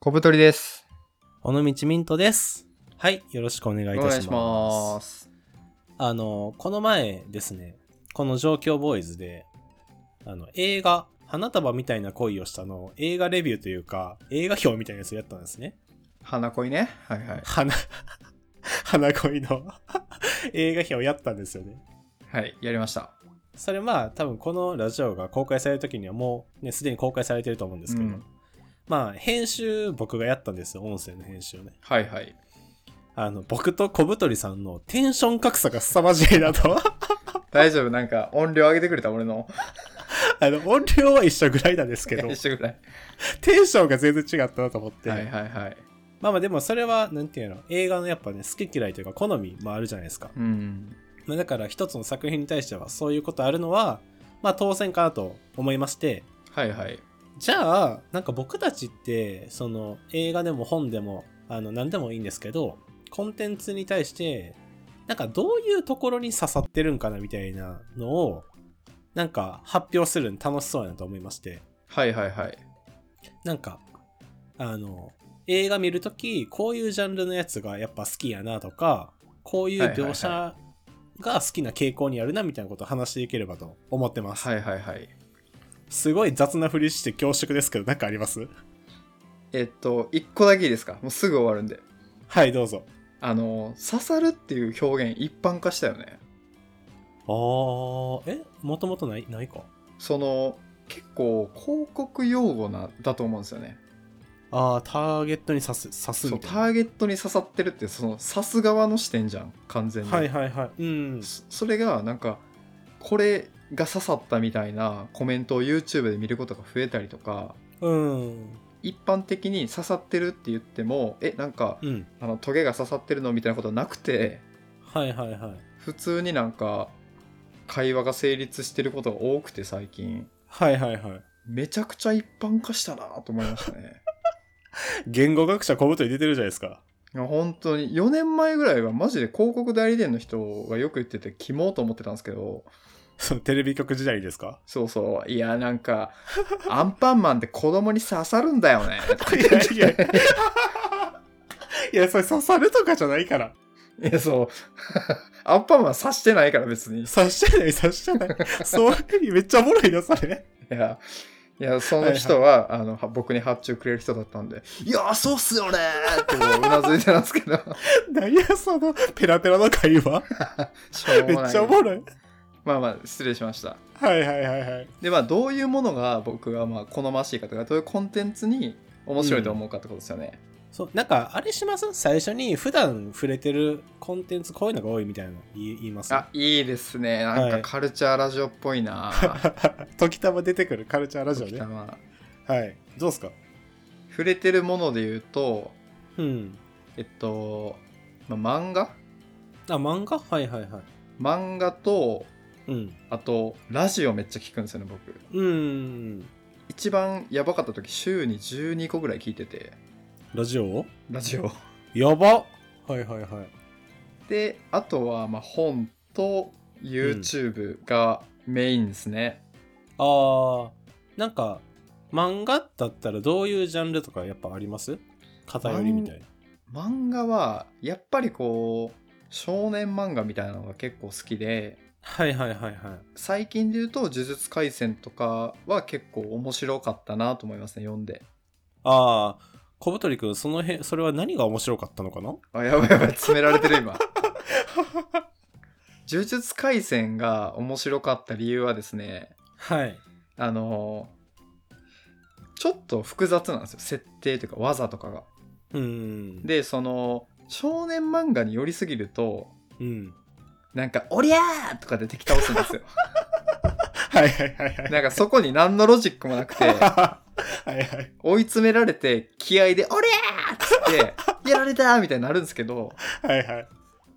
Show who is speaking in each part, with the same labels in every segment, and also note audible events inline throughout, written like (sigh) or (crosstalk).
Speaker 1: 小太りです。
Speaker 2: 尾道ミントです。はい、よろしくお願いいたします。
Speaker 1: す。
Speaker 2: あの、この前ですね、この状況ボーイズで、あの、映画、花束みたいな恋をしたのを映画レビューというか、映画表みたいなやつをやったんですね。
Speaker 1: 花恋ね。はいはい。
Speaker 2: 花、 (laughs) 花恋の (laughs) 映画表をやったんですよね。
Speaker 1: はい、やりました。
Speaker 2: それまあ、多分このラジオが公開される時にはもうね、すでに公開されてると思うんですけど、
Speaker 1: うん
Speaker 2: まあ、編集僕がやったんですよ、音声の編集をね。
Speaker 1: はいはい。
Speaker 2: あの、僕と小太りさんのテンション格差が凄まじいなと。 (laughs)
Speaker 1: 大丈夫なんか音量上げてくれた俺の
Speaker 2: あの、音量は一緒ぐらいなんですけど、
Speaker 1: 一緒ぐらい。
Speaker 2: テンションが全然違ったなと思って。
Speaker 1: はいはいはい。
Speaker 2: まあまあでもそれは、なんていうの、映画のやっぱね、好き嫌いというか好みもあるじゃないですか。
Speaker 1: うん。
Speaker 2: まあだから一つの作品に対してはそういうことあるのは、まあ当然かなと思いまして、
Speaker 1: はいはい。
Speaker 2: じゃあ、なんか僕たちって、その映画でも本でも、あの、何でもいいんですけど、コンテンツに対して、なんかどういうところに刺さってるんかなみたいなのを、なんか発表するの楽しそうやなと思いまして。
Speaker 1: はいはいはい。
Speaker 2: なんか、あの、映画見るとき、こういうジャンルのやつがやっぱ好きやなとか、こういう描写が好きな傾向にあるなみたいなことを話していければと思ってます。
Speaker 1: はいはいはい。
Speaker 2: すごい雑なふりして恐縮ですけど、なんかあります
Speaker 1: えっと、一個だけいいですかもうすぐ終わるんで。
Speaker 2: はい、どうぞ。
Speaker 1: あの、刺さるっていう表現一般化したよね。
Speaker 2: ああ、えもともとない、ないか。
Speaker 1: その、結構広告用語なだと思うんですよね。
Speaker 2: ああ、ターゲットに刺す、刺す
Speaker 1: そう
Speaker 2: み
Speaker 1: タ
Speaker 2: たいな。
Speaker 1: ーゲットに刺さってるってその刺す側の視点じゃん完全に、
Speaker 2: はいはいはい。うん。
Speaker 1: そそれがなんかこれが刺さったみたいなコメントを YouTube で見ることが増えたりとか
Speaker 2: うん。
Speaker 1: 一般的に刺さってるって言ってもえなんか
Speaker 2: うん。
Speaker 1: あのトゲが刺さってるのみたいなことなくて
Speaker 2: はいはいはい。
Speaker 1: 普通になんか会話が成立してることが多くて最近
Speaker 2: はいはいはい。
Speaker 1: めちゃくちゃ一般化したなと思いましたね (laughs)
Speaker 2: 言語学者小太り出てるじゃないですか。 (laughs)
Speaker 1: いや本当に4年前ぐらいはマジで広告代理店の人がよく言っててキモと思ってたんですけど
Speaker 2: そのテレビ局時代にですか
Speaker 1: そうそう。いや、なんか、アンパンマンって子供に刺さるんだよね。とか
Speaker 2: い
Speaker 1: 言って
Speaker 2: やいやいや、それ刺さるとかじゃないから。
Speaker 1: (laughs) いや、そう。 (laughs) アンパンマン刺してないから別 (laughs) に。い
Speaker 2: 刺してない、刺してない。そう、めっちゃおもろいな、それ。
Speaker 1: や、いやその人は、あのは僕に発注くれる人だったんで、いや、そうっすよねってもうなずいてたんですけ (laughs) ど、
Speaker 2: 何や、その、ペラペラの会話。
Speaker 1: しょう
Speaker 2: め
Speaker 1: もない。
Speaker 2: っちゃおもろい。
Speaker 1: まあまあ、失礼しました。
Speaker 2: はいはいはいはい。
Speaker 1: で、まあ、どういうものが僕がまあ好ましいかとか、どういうコンテンツに面白いと思うかってことですよね。
Speaker 2: そう、なんか、あれします最初に、普段触れてるコンテンツ、こういうのが多いみたいなの言い言います。
Speaker 1: あ、いいですね。なん
Speaker 2: は
Speaker 1: か
Speaker 2: い
Speaker 1: カルチャーラジオっぽいな。
Speaker 2: (laughs)
Speaker 1: (laughs)
Speaker 2: 時たま出てくるカルチャーラジオ
Speaker 1: 時た
Speaker 2: ね。
Speaker 1: ま
Speaker 2: はい。どうですか
Speaker 1: 触れてるもので言うと、
Speaker 2: うん。
Speaker 1: えっと、まあ、漫画
Speaker 2: あ、漫画はいはいはい。
Speaker 1: 漫画と
Speaker 2: うん。
Speaker 1: あとラジオめっちゃ聞くんですよね僕
Speaker 2: うん。
Speaker 1: 一番やばかった時週に12個ぐらい聞いてて
Speaker 2: ラジオ
Speaker 1: ラジオ
Speaker 2: やばはいはいはい。
Speaker 1: であとはまあ本と YouTube がメインですね、
Speaker 2: あーなんか漫画だったらどういうジャンルとかやっぱあります偏りみたいな
Speaker 1: 漫画はやっぱりこう少年漫画みたいなのが結構好きで
Speaker 2: はいはいはいはい
Speaker 1: 最近で言うと「呪術廻戦」とかは結構面白かったなと思いますね読んで
Speaker 2: あー小太りくんその辺それは何が面白かったのかな
Speaker 1: あやばいやばい詰められてる今 (laughs) 呪術廻戦が面白かった理由はですね
Speaker 2: はい
Speaker 1: あのちょっと複雑なんですよ設定というか技とかが
Speaker 2: うーん
Speaker 1: でその少年漫画に寄りすぎると
Speaker 2: うん
Speaker 1: なんか「おりゃー!」とかで敵倒すんですよ
Speaker 2: はいはいはいはい
Speaker 1: なんかそこに何のロジックもなく
Speaker 2: (laughs)
Speaker 1: て
Speaker 2: はいはい
Speaker 1: 追い詰められて気合で「おりゃー!」っつって「やられた!」みたいになるんですけど
Speaker 2: はいはい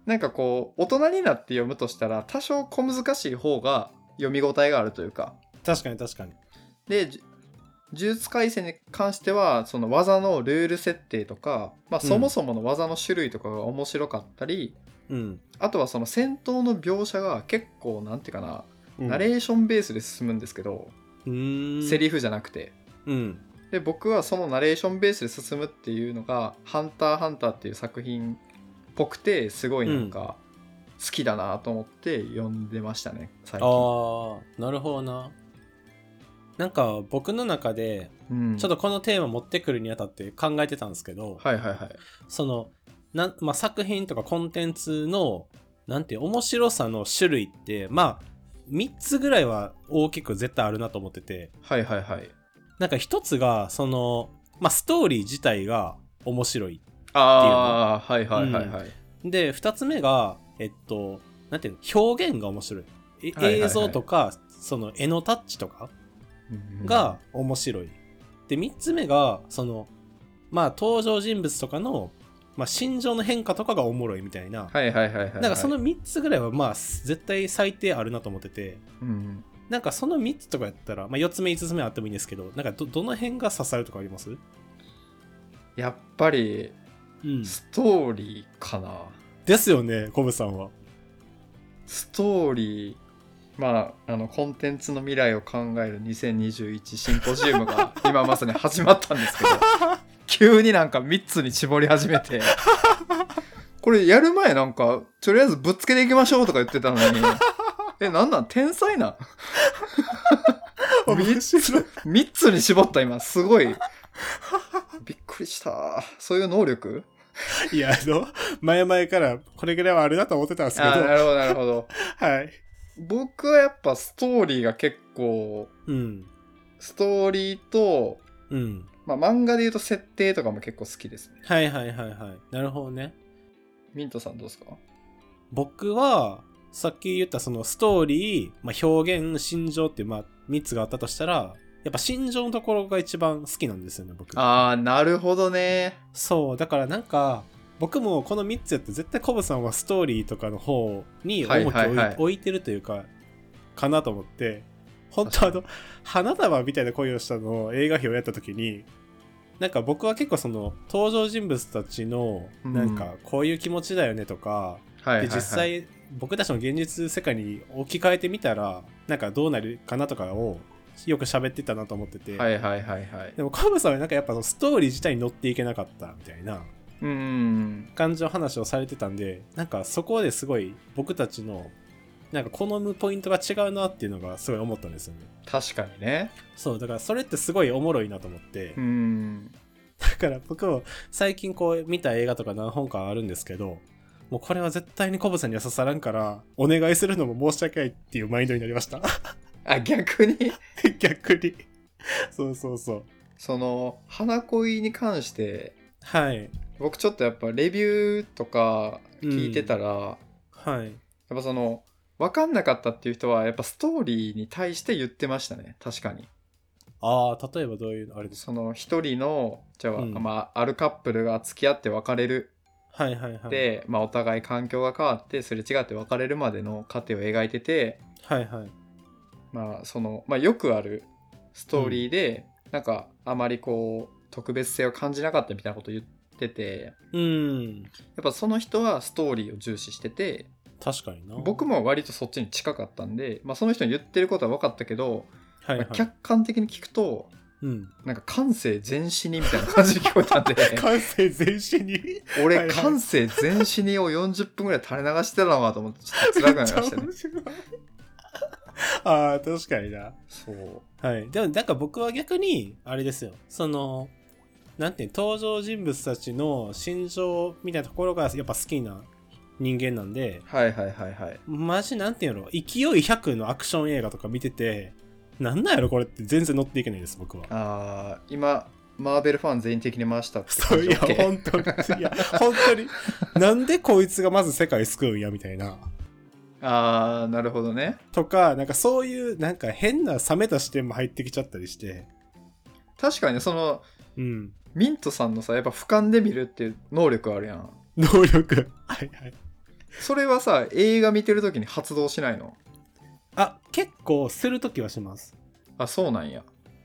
Speaker 1: なんかこう大人になって読むとしたら多少小難しい方が読み応えがあるというか
Speaker 2: 確かに確かに
Speaker 1: でじゅ呪術廻戦に関してはその技のルール設定とか、まあ、
Speaker 2: うん
Speaker 1: そもそもの技の種類とかが面白かったり、
Speaker 2: うん、
Speaker 1: あとはその戦闘の描写が結構なんていうかな、
Speaker 2: うん、
Speaker 1: ナレーションベースで進むんですけど、
Speaker 2: うーん
Speaker 1: セリフじゃなくて
Speaker 2: うん
Speaker 1: でで僕はそのナレーションベースで進むっていうのが「ハンターハンター」っていう作品っぽくてすごいなんか好きだなと思って読んでましたね最近。
Speaker 2: ああなるほどななんか僕の中で
Speaker 1: うん、
Speaker 2: ちょっとこのテーマ持ってくるにあたって考えてたんですけど、
Speaker 1: はいはいはい。
Speaker 2: そのなん、まあ、作品とかコンテンツのなんていう面白さの種類ってまあ3つぐらいは大きく絶対あるなと思ってて
Speaker 1: はいはいはい。
Speaker 2: なんか1つがその、まあ、ストーリー自体が面白い
Speaker 1: ああ、はいはいはいはい。
Speaker 2: で2つ目がえっとなんていうの表現が面白いえ
Speaker 1: はいはいはい
Speaker 2: 映像とか、その絵のタッチとか
Speaker 1: うん
Speaker 2: が面白い。で、3つ目が、その、まあ、登場人物とかの、まあ、心情の変化とかがおもろいみたいな。
Speaker 1: はいはいはいはいはい。
Speaker 2: なんかその3つぐらいは、まあ、絶対最低あるなと思ってて、
Speaker 1: うん
Speaker 2: なんかその3つとかやったら、まあ、4つ目、5つ目あってもいいんですけど、なんかど、どの辺が刺さるとかあります
Speaker 1: やっぱり
Speaker 2: うん。
Speaker 1: ストーリーかな。
Speaker 2: ですよね、コブさんは。
Speaker 1: ストーリーまあ、あのコンテンツの未来を考える2021シンポジウムが (laughs) 今まさに始まったんですけど (laughs) 急になんか3つに絞り始めて (laughs) これやる前なんかとりあえずぶっつけていきましょうとか言ってたのにえなんなん天才なん
Speaker 2: 面白い。
Speaker 1: 3つに絞った今すごいびっくりしたそういう能力
Speaker 2: いや、あの、前々からこれぐらいはあるなと思ってたんですけど、
Speaker 1: あーな
Speaker 2: は
Speaker 1: るほどなるほど
Speaker 2: い。
Speaker 1: 僕はやっぱストーリーが結構
Speaker 2: うん。
Speaker 1: ストーリーと
Speaker 2: うん。
Speaker 1: まあ、漫画で言うと設定とかも結構好きですね。
Speaker 2: はいはいはいはい。なるほどね。
Speaker 1: ミントさんどうですか
Speaker 2: 僕はさっき言ったそのストーリー、まあ、表現心情っていうまあ3つがあったとしたらやっぱ心情のところが一番好きなんですよね僕
Speaker 1: ああ、なるほどね。
Speaker 2: そうだからなんか僕もこの3つやって絶対コブさんはストーリーとかの方に重きを置い,、
Speaker 1: はいはいはい
Speaker 2: 置いてるというかかなと思って本当あの花束みたいな恋をしたのを映画表やった時になんか僕は結構その登場人物たちの
Speaker 1: うん
Speaker 2: なんかこういう気持ちだよねとか、
Speaker 1: はいはい、
Speaker 2: で実際僕たちの現実世界に置き換えてみたらなんかどうなるかなとかをよく喋ってたなと思ってて、
Speaker 1: はいはいはいはい。
Speaker 2: でもカブさんはなんかやっぱそのストーリー自体に乗っていけなかったみたいな
Speaker 1: うーん。
Speaker 2: 感じの話をされてたんでなんかそこですごい僕たちのなんか好むポイントが違うなっていうのがすごい思ったんですよね
Speaker 1: 確かにね。
Speaker 2: そうだからそれってすごいおもろいなと思って、
Speaker 1: うーん。
Speaker 2: だから僕も最近こう見た映画とか何本かあるんですけど、もうこれは絶対にコブさんには刺さらんから、お願いするのも申し訳ないっていうマインドになりました。 (laughs)
Speaker 1: あ、逆に、
Speaker 2: 逆に。そうそうそう。
Speaker 1: その、花恋に関して、
Speaker 2: はい。
Speaker 1: 僕ちょっとやっぱレビューとか聞いてたら、やっ
Speaker 2: はい。
Speaker 1: ぱその、分かんなかったっていう人は、やっぱストーリーに対して言ってましたね。確かに。
Speaker 2: ああ、例えばどういうのあれですか
Speaker 1: その、一人の、じゃあ、
Speaker 2: うん
Speaker 1: まあ、あるカップルが付き合って別れる
Speaker 2: はいはいはい。、
Speaker 1: で、まあ、お互い環境が変わってすれ違って別れるまでの過程を描いてて、
Speaker 2: はいはい。
Speaker 1: まあそのまあ、よくあるストーリーで、なんかあまりこう特別性を感じなかったみたいなこと言ってて
Speaker 2: うん。
Speaker 1: やっぱその人はストーリーを重視してて
Speaker 2: 確かにな。
Speaker 1: 僕
Speaker 2: も、
Speaker 1: も割とそっちに近かったんで、まあ、その人に言ってることは分かったけど、
Speaker 2: はいは
Speaker 1: ま
Speaker 2: い
Speaker 1: あ。客観的に聞くと
Speaker 2: うん。
Speaker 1: なんか感性全死にみたいな感じに聞こえたん
Speaker 2: (laughs)
Speaker 1: で
Speaker 2: 感性全身に。はいは
Speaker 1: (laughs) 俺
Speaker 2: い
Speaker 1: 感性全死にを40分ぐらい垂れ流してたのかと思ってちょっと辛くなりましたね
Speaker 2: (laughs) めっちゃ面白いああ、確かにな。
Speaker 1: そう
Speaker 2: はい。でも、なんか僕は逆に、あれですよ。その、なんていうの登場人物たちの心情みたいなところがやっぱ好きな人間なんで、
Speaker 1: はいはいはいはい。
Speaker 2: マジなんていうの勢い100のアクション映画とか見てて、なんなんやろこれって全然乗っていけないです、僕は。
Speaker 1: ああ、今、マーベルファン全員的に回したって
Speaker 2: そう、いや、
Speaker 1: OK
Speaker 2: 本当に。いや、本当に。なんでこいつがまず世界救うんや、みたいな。
Speaker 1: ああ、なるほどね。
Speaker 2: とか、なんかそういう、なんか変な冷めた視点も入ってきちゃったりして。
Speaker 1: 確かに、その、
Speaker 2: うん。
Speaker 1: ミントさんのさ、やっぱ俯瞰で見るっていう能力あるやん。
Speaker 2: 能力。 (laughs) はいはい。
Speaker 1: それはさ、映画見てるときに発動しないの
Speaker 2: あ、結構するときはします。
Speaker 1: あ、そうなんや。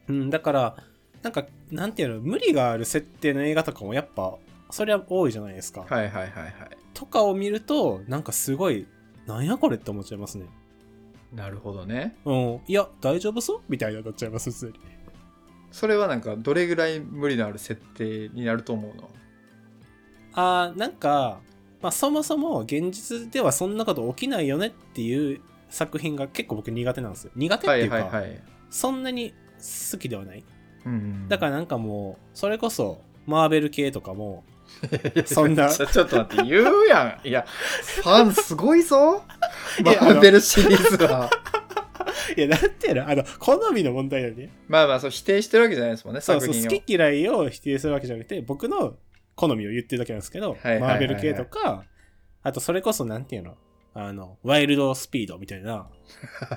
Speaker 2: うん、だから、なんか、なんていうの、無理がある設定の映画とかもやっぱ、それは多いじゃないですか。
Speaker 1: はいはいはいはい。
Speaker 2: とかを見ると、なんかすごい、なんやこれって思っちゃいますね。
Speaker 1: なるほどね。
Speaker 2: うん、いや、大丈夫そうみたいになっちゃいます、普通に。
Speaker 1: それはなんかどれぐらい無理のある設定になると思うの
Speaker 2: あーなんか、まあ、そもそも現実ではそんなこと起きないよねっていう作品が結構僕苦手なんですよ苦手っ
Speaker 1: は
Speaker 2: てい
Speaker 1: いう
Speaker 2: か、
Speaker 1: はいはい。
Speaker 2: そんなに好きではない
Speaker 1: うんうん
Speaker 2: だからなんかもうそれこそマーベル系とかもそ
Speaker 1: そ
Speaker 2: ん
Speaker 1: ん
Speaker 2: な
Speaker 1: なちょちょっと待って言うやんいやファンす (laughs) ごいぞ
Speaker 2: (laughs) い
Speaker 1: マ
Speaker 2: や
Speaker 1: ーベルシリーズは
Speaker 2: いやなんていうのあの好みの問題だよね
Speaker 1: まあまあそう否定してるわけじゃないですもんね
Speaker 2: そう
Speaker 1: 作
Speaker 2: そう
Speaker 1: 品を
Speaker 2: 好き嫌いを否定するわけじゃなくて僕の好みを言ってるだけなんですけど、
Speaker 1: はいはいはいはい
Speaker 2: マーベル系とかあとそれこそなんていうのあのワイルドスピードみたいな
Speaker 1: は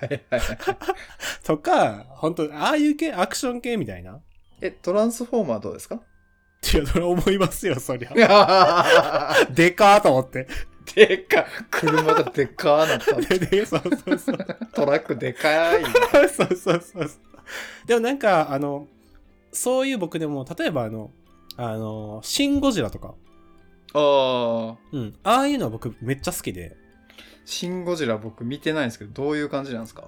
Speaker 1: いはい
Speaker 2: (laughs)
Speaker 1: はい
Speaker 2: とか本当ああいう系アクション系みたいな
Speaker 1: えトランスフォーマーどうですか
Speaker 2: いや、それ思います
Speaker 1: (laughs)
Speaker 2: よ、そりゃ。
Speaker 1: で
Speaker 2: でかーと思って。
Speaker 1: っか車がでっかーなった
Speaker 2: で (laughs) でそうそうそう。
Speaker 1: トラックでかい
Speaker 2: そうそうそうそう。でもなんか、あの、そういう僕でも、例えばあの、あの、シン・ゴジラとか、
Speaker 1: ああ
Speaker 2: うん、ああいうのは僕めっちゃ好きで、
Speaker 1: シン・ゴジラ僕見てないんですけどどういう感じなんですか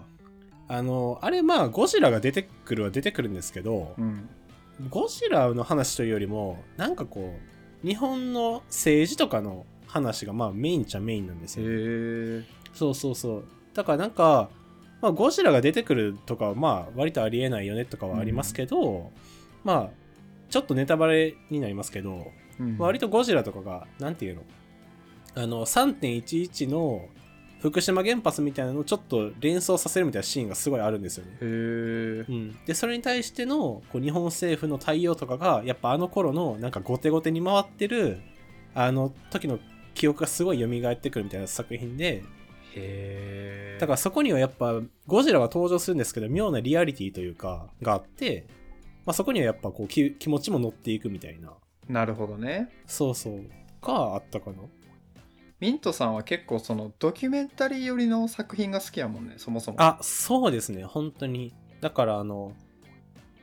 Speaker 2: あの、あれまあ、ゴジラが出てくるは出てくるんですけど
Speaker 1: う、ん
Speaker 2: ゴジラの話というよりも、なんかこう、日本の政治とかの話がまあメインっちゃメインなんです
Speaker 1: へ
Speaker 2: よ。
Speaker 1: え
Speaker 2: そうそうそう。だからなんか、まあ、ゴジラが出てくるとかは、まあ、割とありえないよねとかはありますけど、まあ、ちょっとネタバレになりますけど、割
Speaker 1: と
Speaker 2: とゴジラとかが、なんていうのあの、3.11の福島原発みたいなのをちょっと連想させるみたいなシーンがすごいあるんですよね。
Speaker 1: へえ
Speaker 2: うん、でそれに対してのこう日本政府の対応とかがやっぱあの頃のなんか後手後手に回ってるあの時の記憶がすごい蘇ってくるみたいな作品で
Speaker 1: へえ
Speaker 2: だからそこにはやっぱゴジラは登場するんですけど妙なリアリティというかがあって、まあ、そこにはやっぱこうき気持ちも乗っていくみたいな
Speaker 1: なるほどね
Speaker 2: そうそうがあったかな
Speaker 1: ミントさんは結構そのドキュメンタリー寄りの作品が好きやもんねそもそも
Speaker 2: あそうですね本当にだからあの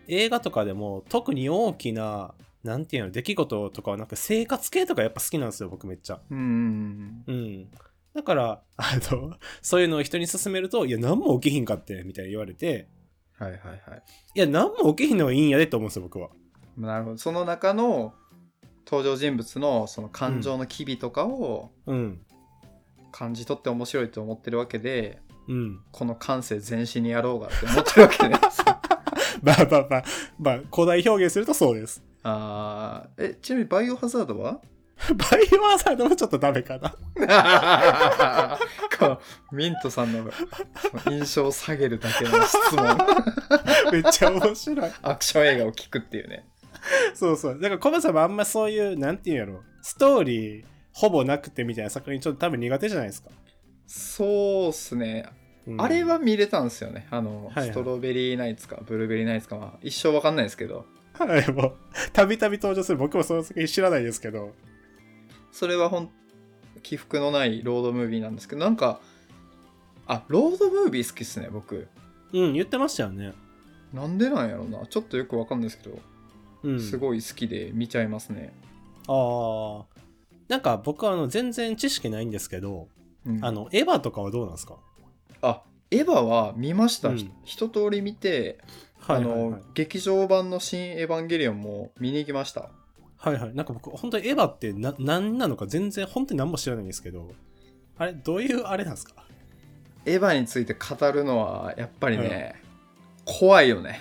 Speaker 2: 映画とかでも特に大きななんていうの出来事とかはなんか生活系とかやっぱ好きなんですよ僕めっちゃ
Speaker 1: うんうん
Speaker 2: うんだからあのそういうのを人に勧めると「いや何も起きひんかって」みたいに言われて
Speaker 1: うんはいはいはい
Speaker 2: 「いや何も起きひんのがいいんやで」と思うんですよ僕は
Speaker 1: なるほどその中の登場人物のその感情の機微とかを
Speaker 2: うん
Speaker 1: 感じ取って面白いと思ってるわけで、
Speaker 2: うん。
Speaker 1: この感性全身にやろうがって思ってるわけ
Speaker 2: (laughs)
Speaker 1: ね
Speaker 2: まあまあまあ、まあ、古代表現するとそうです。
Speaker 1: あーえちなみにバイオハザード
Speaker 2: (laughs)
Speaker 1: は
Speaker 2: バイオハザードもちょっとダメかな。
Speaker 1: このミントさんのその印象を下げるだけの質
Speaker 2: (laughs)
Speaker 1: 問
Speaker 2: めっちゃ面白い。
Speaker 1: アクション映画を聞くっていうね
Speaker 2: そうそう。だからコバさんもあんまそういう、なんていうんやろ、ストーリーほぼなくてみたいな作品ちょっと多分苦手じゃないですか。
Speaker 1: そうっすね
Speaker 2: うん
Speaker 1: あれは見れたんですよね。あの、
Speaker 2: はいはい
Speaker 1: ストロベリーナイツか、ブルーベリーナイツか、まあ、一生わかんないですけど、
Speaker 2: はい、もう、たびたび登場する、僕もその作品知らないですけど。
Speaker 1: それはほん、起伏のないロードムービーなんですけど、なんか、あ、ロードムービー好きっすね、僕。
Speaker 2: うん、言ってましたよね。
Speaker 1: なんでなんやろな。ちょっとよくわかんないですけど、
Speaker 2: うん。
Speaker 1: す
Speaker 2: い。
Speaker 1: ごい好きで見ちゃいますね。
Speaker 2: ああ。なんか僕はあの全然知識ないんですけど、
Speaker 1: うん
Speaker 2: あ、の、エヴァとかはどうなんですか
Speaker 1: あ、エヴァは見ました。
Speaker 2: うん
Speaker 1: ひ一通り見て、
Speaker 2: はいはい、
Speaker 1: あ
Speaker 2: はい
Speaker 1: の、。劇場版の新エヴァンゲリオンも見に行きました。
Speaker 2: はいはい。なんか僕、本当にエヴァってな何なのか全然、本当に何も知らないんですけど、あれ、どういうあれなんですか
Speaker 1: エヴァについて語るのは、やっぱりね、怖いよ
Speaker 2: (laughs)
Speaker 1: ね。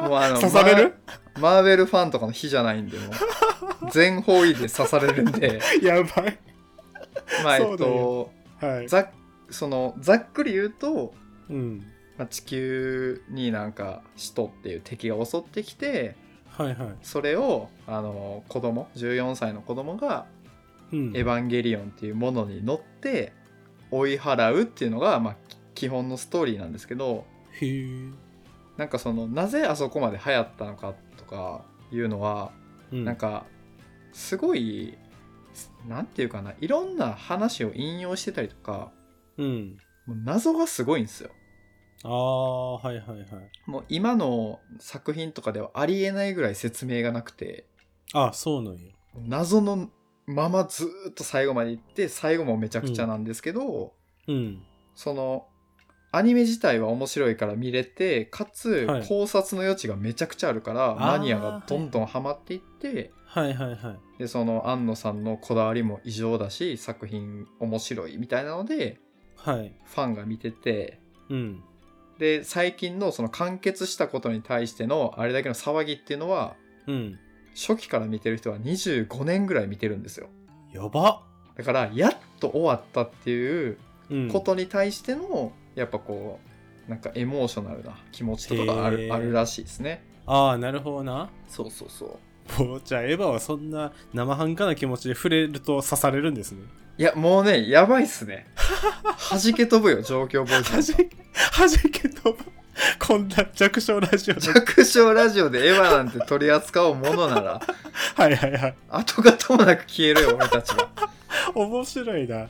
Speaker 1: もうあの
Speaker 2: 刺される、
Speaker 1: マーベルファンとかの日じゃないんで、もう全方位で刺されるんで、
Speaker 2: (laughs) やばい。 (laughs)
Speaker 1: まあ、
Speaker 2: そう
Speaker 1: えっ
Speaker 2: だよ
Speaker 1: と、
Speaker 2: はい。
Speaker 1: ざっそのざっくり言うと、
Speaker 2: うん。
Speaker 1: まあ、地球になんか使徒っていう敵が襲ってきて、
Speaker 2: はいはい。
Speaker 1: それをあの子供14歳の子供が
Speaker 2: うん、
Speaker 1: エヴァンゲリオンっていうものに乗って追い払うっていうのが、まあ、き基本のストーリーなんですけど、
Speaker 2: へー
Speaker 1: なんかそのなぜあそこまで流行ったのかとかいうのは、
Speaker 2: うん
Speaker 1: なんかすごいなんていうかないろんな話を引用してたりとか
Speaker 2: うん。
Speaker 1: もう謎がすごいんですよ。
Speaker 2: ああ、はいはいはい。
Speaker 1: もう今の作品とかではありえないぐらい説明がなくて
Speaker 2: あそうなんや。
Speaker 1: 謎のままずーっと最後まで行って最後もめちゃくちゃなんですけど、
Speaker 2: うん。
Speaker 1: そのアニメ自体は面白いから見れてかつ
Speaker 2: はい
Speaker 1: 考察の余地がめちゃくちゃあるから、
Speaker 2: あ
Speaker 1: マ
Speaker 2: ー
Speaker 1: ニアがどんどんハマっていって、
Speaker 2: はいはいはい。
Speaker 1: でその庵野さんのこだわりも異常だし作品面白いみたいなので
Speaker 2: はい。
Speaker 1: ファンが見てて
Speaker 2: うん。
Speaker 1: で最近のその完結したことに対してのあれだけの騒ぎっていうのは
Speaker 2: うん。
Speaker 1: 初期から見てる人は25年ぐらい見てるんですよ
Speaker 2: やば
Speaker 1: だからやっと終わったっていう
Speaker 2: うん。
Speaker 1: ことに対しての、やっぱこうなんかエモーショナルな気持ちとかがあ
Speaker 2: へ
Speaker 1: る
Speaker 2: ー
Speaker 1: あるらしいですね
Speaker 2: ああ、なるほどな。
Speaker 1: そうそうそう
Speaker 2: もうじゃあエヴァはそんな生半可な気持ちで触れると刺されるんですね。
Speaker 1: いやもうねやばいっすね弾け飛ぶ (laughs) よ状況ボーイズ
Speaker 2: はじけ、はじけ飛ぶ。こんな弱小ラ
Speaker 1: (laughs)
Speaker 2: ジオの。
Speaker 1: 弱小ラジオでエヴァなんて取り扱うものなら
Speaker 2: はいはいはい。
Speaker 1: 後形もなく消えるよ俺たちは
Speaker 2: 面白いな。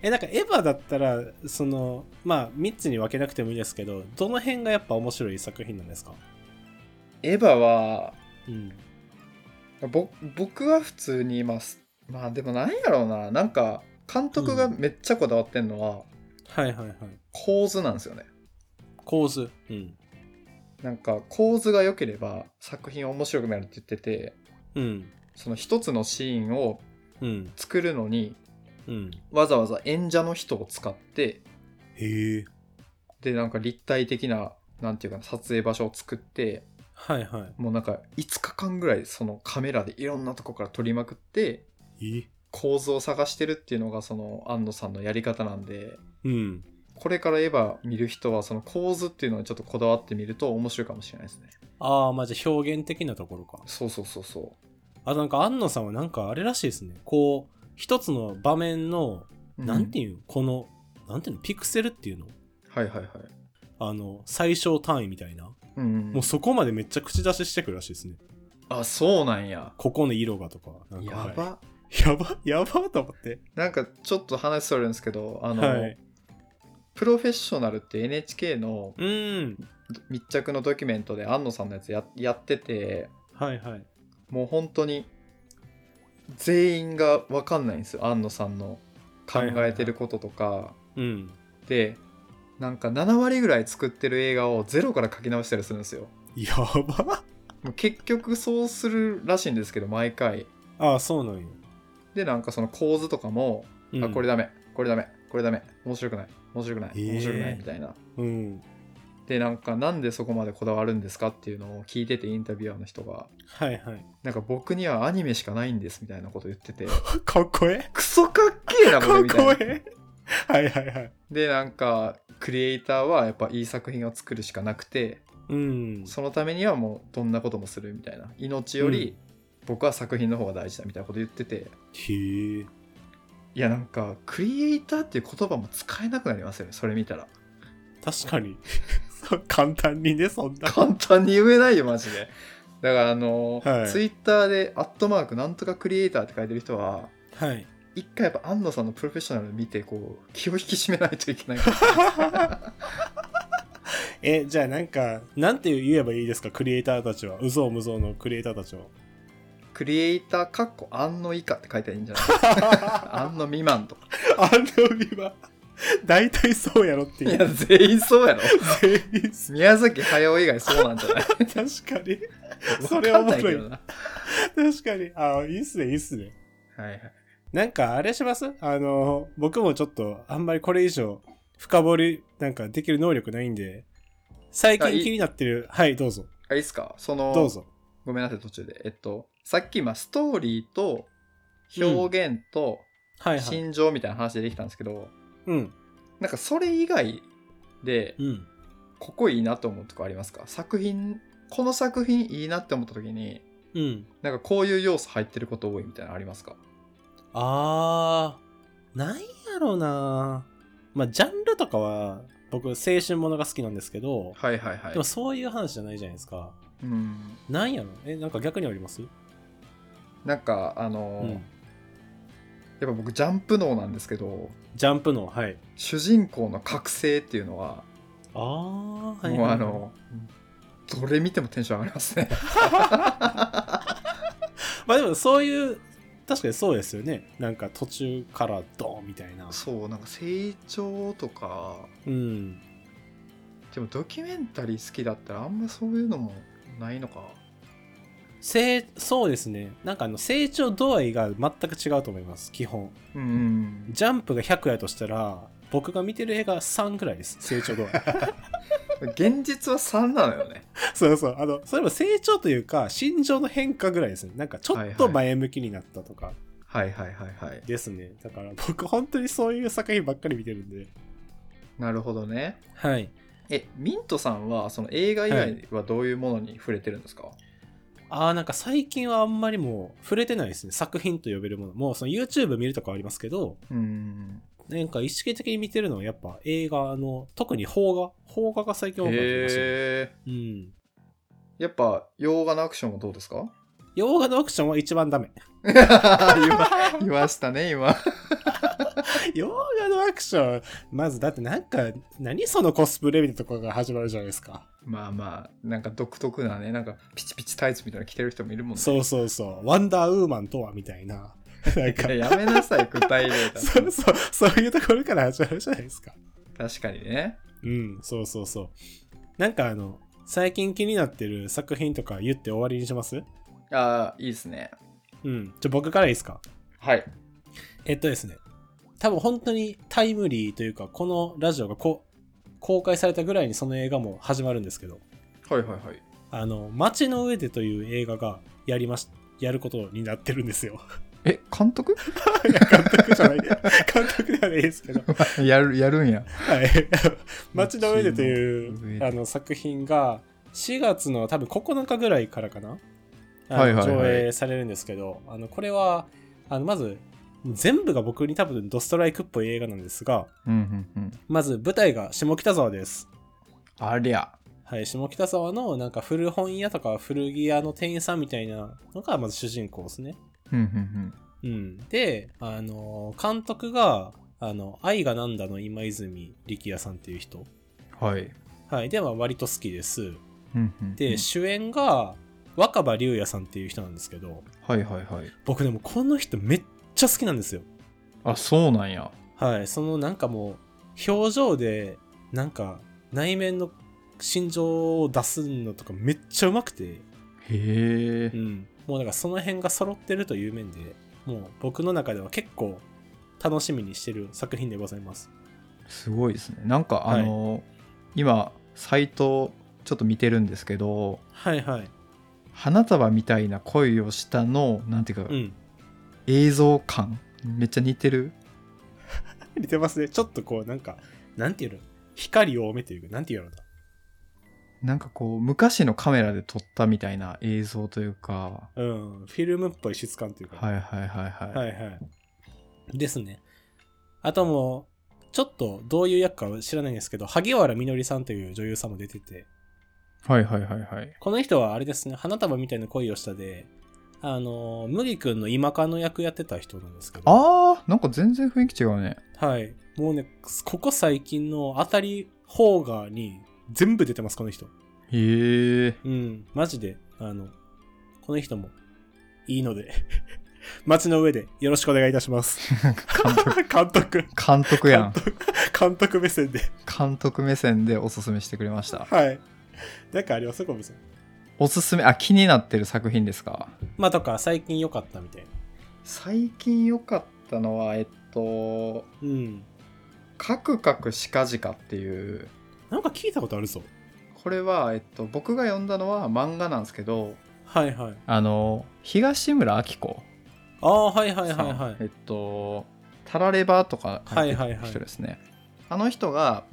Speaker 2: え、なんかエヴァだったら、その、まあ3つに分けなくてもいいですけど、どの辺がやっぱ面白い作品なんですか
Speaker 1: エヴァは
Speaker 2: うん。
Speaker 1: ぼ僕は普通にいますまあでもなんやろうななんか監督がめっちゃこだわってんのは、
Speaker 2: はいはいはい。
Speaker 1: 構図なんですよね
Speaker 2: 構図。うん。
Speaker 1: なんか構図が良ければ作品面白くなるって言ってて
Speaker 2: うん。
Speaker 1: その一つのシーンを
Speaker 2: うん。
Speaker 1: 作るのに
Speaker 2: うん。
Speaker 1: わざわざ演者の人を使って
Speaker 2: へえ。
Speaker 1: でなんか立体的ななんていうかな撮影場所を作って
Speaker 2: はいは
Speaker 1: もうなんか5日間ぐらいそのカメラでいろんなとこから撮りまくって
Speaker 2: い。え
Speaker 1: 構図を探してるっていうのがその安野さんのやり方なんで
Speaker 2: うん。
Speaker 1: これからエヴァ見る人はその構図っていうのにちょっとこだわってみると面白いかもしれないですね
Speaker 2: ああ、まあじゃあ表現的なところか。
Speaker 1: そうそうそうそう
Speaker 2: あとなんか安野さんはなんかあれらしいですねこう一つの場面の、
Speaker 1: う
Speaker 2: なんていうこのなんていうのピクセルっていうの
Speaker 1: はいはいはい
Speaker 2: あの最小単位みたいな、
Speaker 1: うんうん、
Speaker 2: もうそこまでめっちゃ口出ししてくるらしいですね
Speaker 1: あそうなんや
Speaker 2: ここの色がとかなんか
Speaker 1: や
Speaker 2: は
Speaker 1: ば
Speaker 2: いやばやばと思って
Speaker 1: なんかちょっと話それるんですけどあの、
Speaker 2: はい
Speaker 1: プロフェッショナルって NHK の
Speaker 2: うん
Speaker 1: 密着のドキュメントで安野さんのやつややってて
Speaker 2: はいはい
Speaker 1: もう本当に全員が分かんないんですよ安野さんの考えてることとか、
Speaker 2: うん
Speaker 1: でなんか7割ぐらい作ってる映画をゼロから書き直したりするんですよ
Speaker 2: やば
Speaker 1: もう結局そうするらしいんですけど毎回
Speaker 2: ああそうなんや、
Speaker 1: でなんかその構図とかも、
Speaker 2: うん、
Speaker 1: あこれダメこれダメこれダメ面白くない面白くない
Speaker 2: へえ
Speaker 1: 面白くないみたいな
Speaker 2: うん
Speaker 1: でなんかなんでそこまでこだわるんですかっていうのを聞いててインタビュアーの人が
Speaker 2: はいはい
Speaker 1: なんか僕にはアニメしかないんですみたいなこと言って
Speaker 2: (laughs)
Speaker 1: て
Speaker 2: かっこえ
Speaker 1: クソかっけえな
Speaker 2: え
Speaker 1: これ
Speaker 2: かっ
Speaker 1: みたい
Speaker 2: こ
Speaker 1: な
Speaker 2: ええはいはいはい
Speaker 1: でなんかクリエイターはやっぱいい作品を作るしかなくて
Speaker 2: うん
Speaker 1: そのためにはもうどんなこともするみたいな命より僕は作品の方が大事だみたいなこと言ってて、
Speaker 2: へえ
Speaker 1: いやなんかクリエイターっていう言葉も使えなくなりますよねそれ見たら (laughs)
Speaker 2: 確かにそう簡単にねそんな
Speaker 1: 簡単に言えないよマジでだからあの、
Speaker 2: はい
Speaker 1: ツイッターで「アットマークなんとかクリエイター」って書いてる人は
Speaker 2: はい
Speaker 1: 一回やっぱ安野さんのプロフェッショナル見てこう気を引き締めないといけない (laughs) かも
Speaker 2: えじゃあなんかなんて言えばいいですかクリエイターたちはうぞうむぞうのクリエイターたちは
Speaker 1: クリエイターかっこ安野以下って書いたらいいん
Speaker 2: (laughs)
Speaker 1: じゃない安野未満とか
Speaker 2: あの身は大体そうやろって
Speaker 1: い
Speaker 2: い
Speaker 1: や
Speaker 2: う
Speaker 1: 全員そうやろ
Speaker 2: 全員そ
Speaker 1: 宮崎駿以外そうなんじゃないう
Speaker 2: 確かに (laughs) それは面白い
Speaker 1: わかんな
Speaker 2: 確かにあいいっすねいいっすね
Speaker 1: けどなはいはい
Speaker 2: なんかあれしますあの僕もちょっとあんまりこれ以上深掘りなんかできる能力ないんで最
Speaker 1: あい
Speaker 2: 近
Speaker 1: い
Speaker 2: 気になってるはいどうぞ
Speaker 1: あいいっすかその
Speaker 2: どうぞ
Speaker 1: ごめんなさい途中でえっとさっき今ストーリーと表現と
Speaker 2: はいはい
Speaker 1: 心情みたいな話でできたんですけど、
Speaker 2: うん
Speaker 1: なんかそれ以外で
Speaker 2: うん
Speaker 1: ここいいなと思うとこありますか作品この作品いいなって思った時に
Speaker 2: うん
Speaker 1: なんかこういう要素入ってること多いみたいなのありますか
Speaker 2: あー、なんやろなまあ、ジャンルとかは、僕、青春ものが好きなんですけど、
Speaker 1: はいはいは
Speaker 2: でもそういう話じゃないじゃないですか。
Speaker 1: うん
Speaker 2: なんやろえ、なんか逆にあります
Speaker 1: なんかあ
Speaker 2: う
Speaker 1: のーやっ
Speaker 2: ん。
Speaker 1: ぱ僕ジャンプ脳なんですけど
Speaker 2: ジャンプの、はい。
Speaker 1: 主人公の覚醒っていうのは
Speaker 2: あー、はい、はい。
Speaker 1: もうあのどれ見てもテンション上がりますね
Speaker 2: まあでもそういう、確かにそうですよね。なんか途中からドーンみたいな。
Speaker 1: そうなんか成長とか
Speaker 2: うん。
Speaker 1: でもドキュメンタリー好きだったらあんまそういうのもないのか
Speaker 2: せいそうですねなんかあの成長度合いが全く違うと思います基本
Speaker 1: うんうん
Speaker 2: ジャンプが100やとしたら僕が見てる映画3ぐらいです成長度合い
Speaker 1: 現実は3なのよね
Speaker 2: (laughs)
Speaker 1: (laughs)
Speaker 2: そうそうあのそれも成長というか心情の変化ぐらいですねなんかちょっと前向きになったとか
Speaker 1: はいはいはいはい
Speaker 2: ですね、だから僕本当にそういう作品ばっかり見てるんで
Speaker 1: なるほどね
Speaker 2: はい
Speaker 1: えミントさんはその映画以外はどういうものに触れてるんですか、
Speaker 2: ああなんか最近はあんまりもう触れてないですね作品と呼べるものもうその YouTube 見るとかはありますけど
Speaker 1: うん
Speaker 2: なんか意識的に見てるのはやっぱ映画の特に邦画邦画が最近多くなってましたね
Speaker 1: へえ
Speaker 2: うん
Speaker 1: やっぱ洋画のアクションはどう
Speaker 2: (laughs)
Speaker 1: ですか
Speaker 2: 洋画のアクションは一番ダメ
Speaker 1: 言わ言わしたね今
Speaker 2: (laughs) 洋画のアクションまずだってなんか何そのコスプレみたいなとこが始まるじゃないですか
Speaker 1: まあまあなんか独特なねなんかピチピチタイツみたいなの着てる人もいるもんね
Speaker 2: そうそうそうワンダーウーマンとはみたいななんか
Speaker 1: いややめなさい具体例だ
Speaker 2: (laughs) そうそうそういうところから始まるじゃないですか
Speaker 1: 確かにね
Speaker 2: うん、そうそうそう。なんかあの、最近気になってる作品とか言って終わりにします
Speaker 1: ああいいですね
Speaker 2: うん。じゃ僕からいいですか
Speaker 1: はい
Speaker 2: えっとですね。多分本当にタイムリーというか、このラジオがこ公開されたぐらいにその映画も始まるんですけど、
Speaker 1: はいはいはい
Speaker 2: あの、街の上でという映画がやりまし、やることになってるんですよ。
Speaker 1: え監督 (laughs)
Speaker 2: いや (laughs) 監督じゃない。監督ではないですけど。
Speaker 1: やるやるんや
Speaker 2: はい。 (laughs) 街の上で
Speaker 1: 街の
Speaker 2: と
Speaker 1: 上
Speaker 2: いう
Speaker 1: で
Speaker 2: あの作品が4月の多分9日ぐらいからかな、あの
Speaker 1: はいはいはい
Speaker 2: 上映されるんですけど、あのこれはあのまず全部が僕に多分ドストライクっぽい映画なんですが、
Speaker 1: うんうんうん
Speaker 2: まず舞台が下北沢です。
Speaker 1: ありゃ
Speaker 2: はい、下北沢のなんか古本屋とか古着屋の店員さんみたいなのがまず主人公ですね。
Speaker 1: うんうん
Speaker 2: うん、で、あの監督があの愛がなんだの今泉力也さんっていう人。
Speaker 1: うんはい
Speaker 2: はい、では割と好きです。
Speaker 1: うんうんうん
Speaker 2: で、主演が若葉龍也さんっていう人なんですけど、
Speaker 1: はいはいはい
Speaker 2: 僕でもこの人めっちゃ好きなんですよ。
Speaker 1: あそうなんや
Speaker 2: はい、そのなんかもう、表情で、なんか内面の心情を出すのとかめっちゃうまくて、
Speaker 1: へ
Speaker 2: う
Speaker 1: え
Speaker 2: ん、もうだからその辺が揃ってるという面で、もう僕の中では結構楽しみにしてる作品でございます。
Speaker 1: すごいですねなんかあの、今サイトちょっと見てるんですけど
Speaker 2: はいはい。
Speaker 1: 花束みたいな恋をしたのなんていうか、
Speaker 2: うん。
Speaker 1: 映像感めっちゃ似てる
Speaker 2: 似てますね。ちょっとこうなんか、なんていうの光多めというか、なんていうのかな
Speaker 1: なんかこう昔のカメラで撮ったみたいな映像というか
Speaker 2: うん、フィルムっぽい質感というか、
Speaker 1: はいはいはいはい、
Speaker 2: はいはい。ですね。あともう、ちょっとどういう役かは知らないんですけど、萩原みのりさんという女優さんも出てて、
Speaker 1: はいはいはいはい
Speaker 2: この人はあれですね、花束みたいな恋をしたで、あの、麦君の今川の役やってた人なんですけど、
Speaker 1: あーなんか全然雰囲気違うね
Speaker 2: はい。もうね、ここ最近の当たり邦画に全部出てます、この人。
Speaker 1: へえ
Speaker 2: うん、マジで、あの、この人もいいので、 (laughs) 街の上でよろしくお願いいた
Speaker 1: (laughs)
Speaker 2: します。
Speaker 1: 監督
Speaker 2: 監督。 (laughs)
Speaker 1: 監督やん
Speaker 2: 監督目線で
Speaker 1: 監督目線でおすすめしてくれました
Speaker 2: はいなんかあります小さん
Speaker 1: おすすめあ気になってる作品ですか
Speaker 2: まあとか最近良かったみたいな
Speaker 1: 最近良かったのはえっと
Speaker 2: うん
Speaker 1: 「カクカクシカジカ」っていう
Speaker 2: なんか聞いたことあるぞ
Speaker 1: これは、えっと、僕が読んだのは漫画なんですけど
Speaker 2: はいはい
Speaker 1: あの東村明子
Speaker 2: ああはいはい
Speaker 1: さ
Speaker 2: は
Speaker 1: ん、
Speaker 2: いは
Speaker 1: え
Speaker 2: い
Speaker 1: っと「タラレバ」とか書いて
Speaker 2: はいはい
Speaker 1: る
Speaker 2: はい
Speaker 1: 人ですね、あの人が、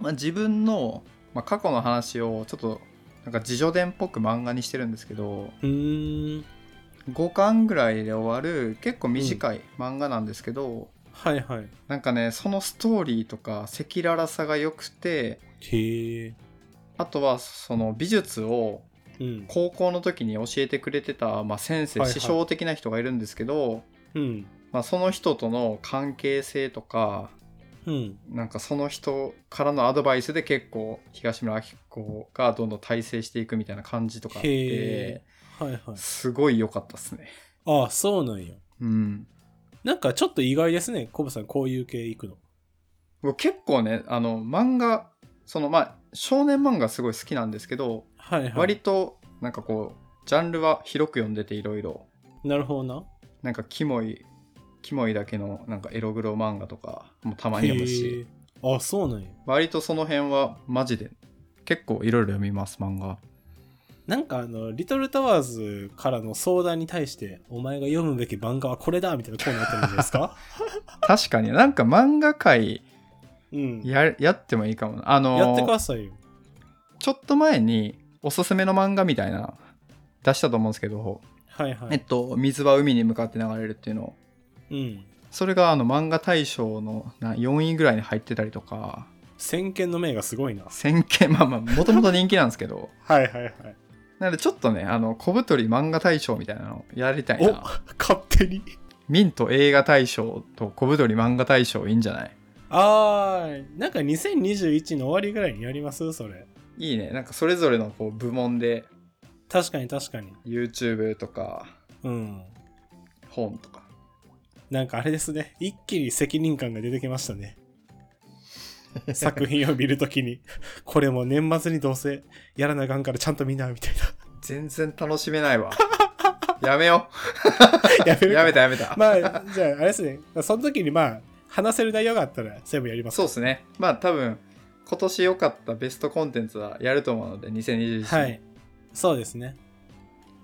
Speaker 1: まあ、自分の、まあ、過去の話をちょっとなんか自叙伝っぽく漫画にしてるんですけど
Speaker 2: うーん
Speaker 1: 5巻ぐらいで終わる結構短い漫画なんですけど、
Speaker 2: はいはい
Speaker 1: なんかねそのストーリーとか赤裸々さが良くて
Speaker 2: へえ
Speaker 1: あとはその美術を
Speaker 2: うん
Speaker 1: 高校の時に教えてくれてた、まあ、先生、
Speaker 2: はいはい
Speaker 1: 師匠的な人がいるんですけど、
Speaker 2: うん
Speaker 1: まあ、その人との関係性とか
Speaker 2: うん
Speaker 1: なんかその人からのアドバイスで結構東村明子がどんどん大成していくみたいな感じとかあっ
Speaker 2: へえ
Speaker 1: て
Speaker 2: はいはい
Speaker 1: すごい良かったですね。
Speaker 2: ああそうなんや
Speaker 1: うん、
Speaker 2: なんかちょっと意外ですね小ブさんこういう系行くの
Speaker 1: 僕結構ねあの漫画そのまあ少年漫画すごい好きなんですけど、
Speaker 2: はいはい。
Speaker 1: 割となんかこうジャンルは広く読んでていろいろ
Speaker 2: なるほどな。
Speaker 1: なんかキモいキモいだけのなんかエログロ漫画とかもたまに読むし
Speaker 2: へー。あ、そうなんや。
Speaker 1: 割とその辺はマジで結構いろいろ読みます漫画
Speaker 2: なんかあの、リトルタワーズからの相談に対して、お前が読むべき漫画はこれだみたいなコーナーやってるんじゃないですか
Speaker 1: 確かになんか漫画界
Speaker 2: (laughs) うん。や
Speaker 1: ややってもいいかもなあの
Speaker 2: ってくださいよ。
Speaker 1: ちょっと前におすすめの漫画みたいな出したと思うんですけど、
Speaker 2: はいは
Speaker 1: え
Speaker 2: い
Speaker 1: っ。と水は海に向かって流れるっていうのを
Speaker 2: うん。
Speaker 1: それがあの漫画大賞のな4位ぐらいに入ってたりとか
Speaker 2: 先見の明がすごいな。
Speaker 1: 先見まあまあもともと人気なんですけ
Speaker 2: (laughs)
Speaker 1: ど
Speaker 2: はいはいはい。
Speaker 1: なのでちょっとねあの小太り漫画大賞みたいなのやりたい
Speaker 2: お
Speaker 1: な
Speaker 2: 勝手に。
Speaker 1: ミント映画大賞と小太り漫画大賞いいんじゃない
Speaker 2: あー、なんか2021の終わりぐらいにやりますそれ。
Speaker 1: いいねなんかそれぞれのこう部門で
Speaker 2: 確かに確かに。
Speaker 1: YouTube とか
Speaker 2: うん。
Speaker 1: 本とか
Speaker 2: なんかあれですね。一気に責任感が出てきました (laughs) ね。作品を見るときに、これも年末にどうせやらなあかんからちゃんと見な、みたい
Speaker 1: 全然楽しめ
Speaker 2: (laughs)
Speaker 1: ないわやめよ
Speaker 2: な。 (laughs) やめ
Speaker 1: う
Speaker 2: る
Speaker 1: やめたやめた、
Speaker 2: まあ、じゃあ、あれですね。その時にまあ、話せる内容があったら、全部やります。
Speaker 1: そうですねまあ多分今年良かったベストコンテンツはやると思うので2021年、
Speaker 2: はい。そうですね。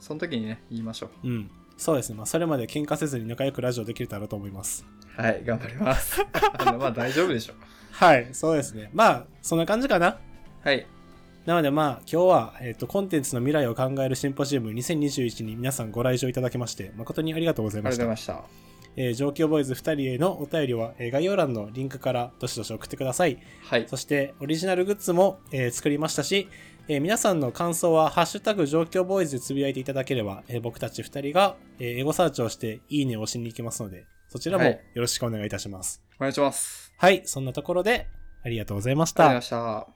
Speaker 1: その時にね言いましょう
Speaker 2: うん。そうですね。まあ、それまで喧嘩せずに仲良くラジオできれたらと思います。
Speaker 1: はい、頑張り
Speaker 2: (laughs)
Speaker 1: ます。あのまあ大丈夫でしょう。
Speaker 2: はい。そうですね。まあ、そんな感じかな。
Speaker 1: はい、
Speaker 2: なのでまあ、今日は、えっ、と、コンテンツの未来を考えるシンポジウム2021に皆さんご来場いただきまして、誠にありがとうござい
Speaker 1: あ
Speaker 2: ま
Speaker 1: りがとうご
Speaker 2: し
Speaker 1: ざ
Speaker 2: た
Speaker 1: い。ました。
Speaker 2: えー、上京ボーイズ2人へのお便りは、えー概要欄のリンクからどしどし送ってください。
Speaker 1: はい、
Speaker 2: そして、オリジナルグッズも、えー作りましたし、えー皆さんの感想は、ハッシュタグ上京ボーイズでつぶやいていただければ、えー僕たち2人が、えーエゴサーチをして、いいねを押しに行きますので、そちらも
Speaker 1: はい
Speaker 2: よろしくお願いいたします。
Speaker 1: お願いします。
Speaker 2: はい、そんなところで、ありがとうございまし
Speaker 1: あり
Speaker 2: た
Speaker 1: がとうございま。した。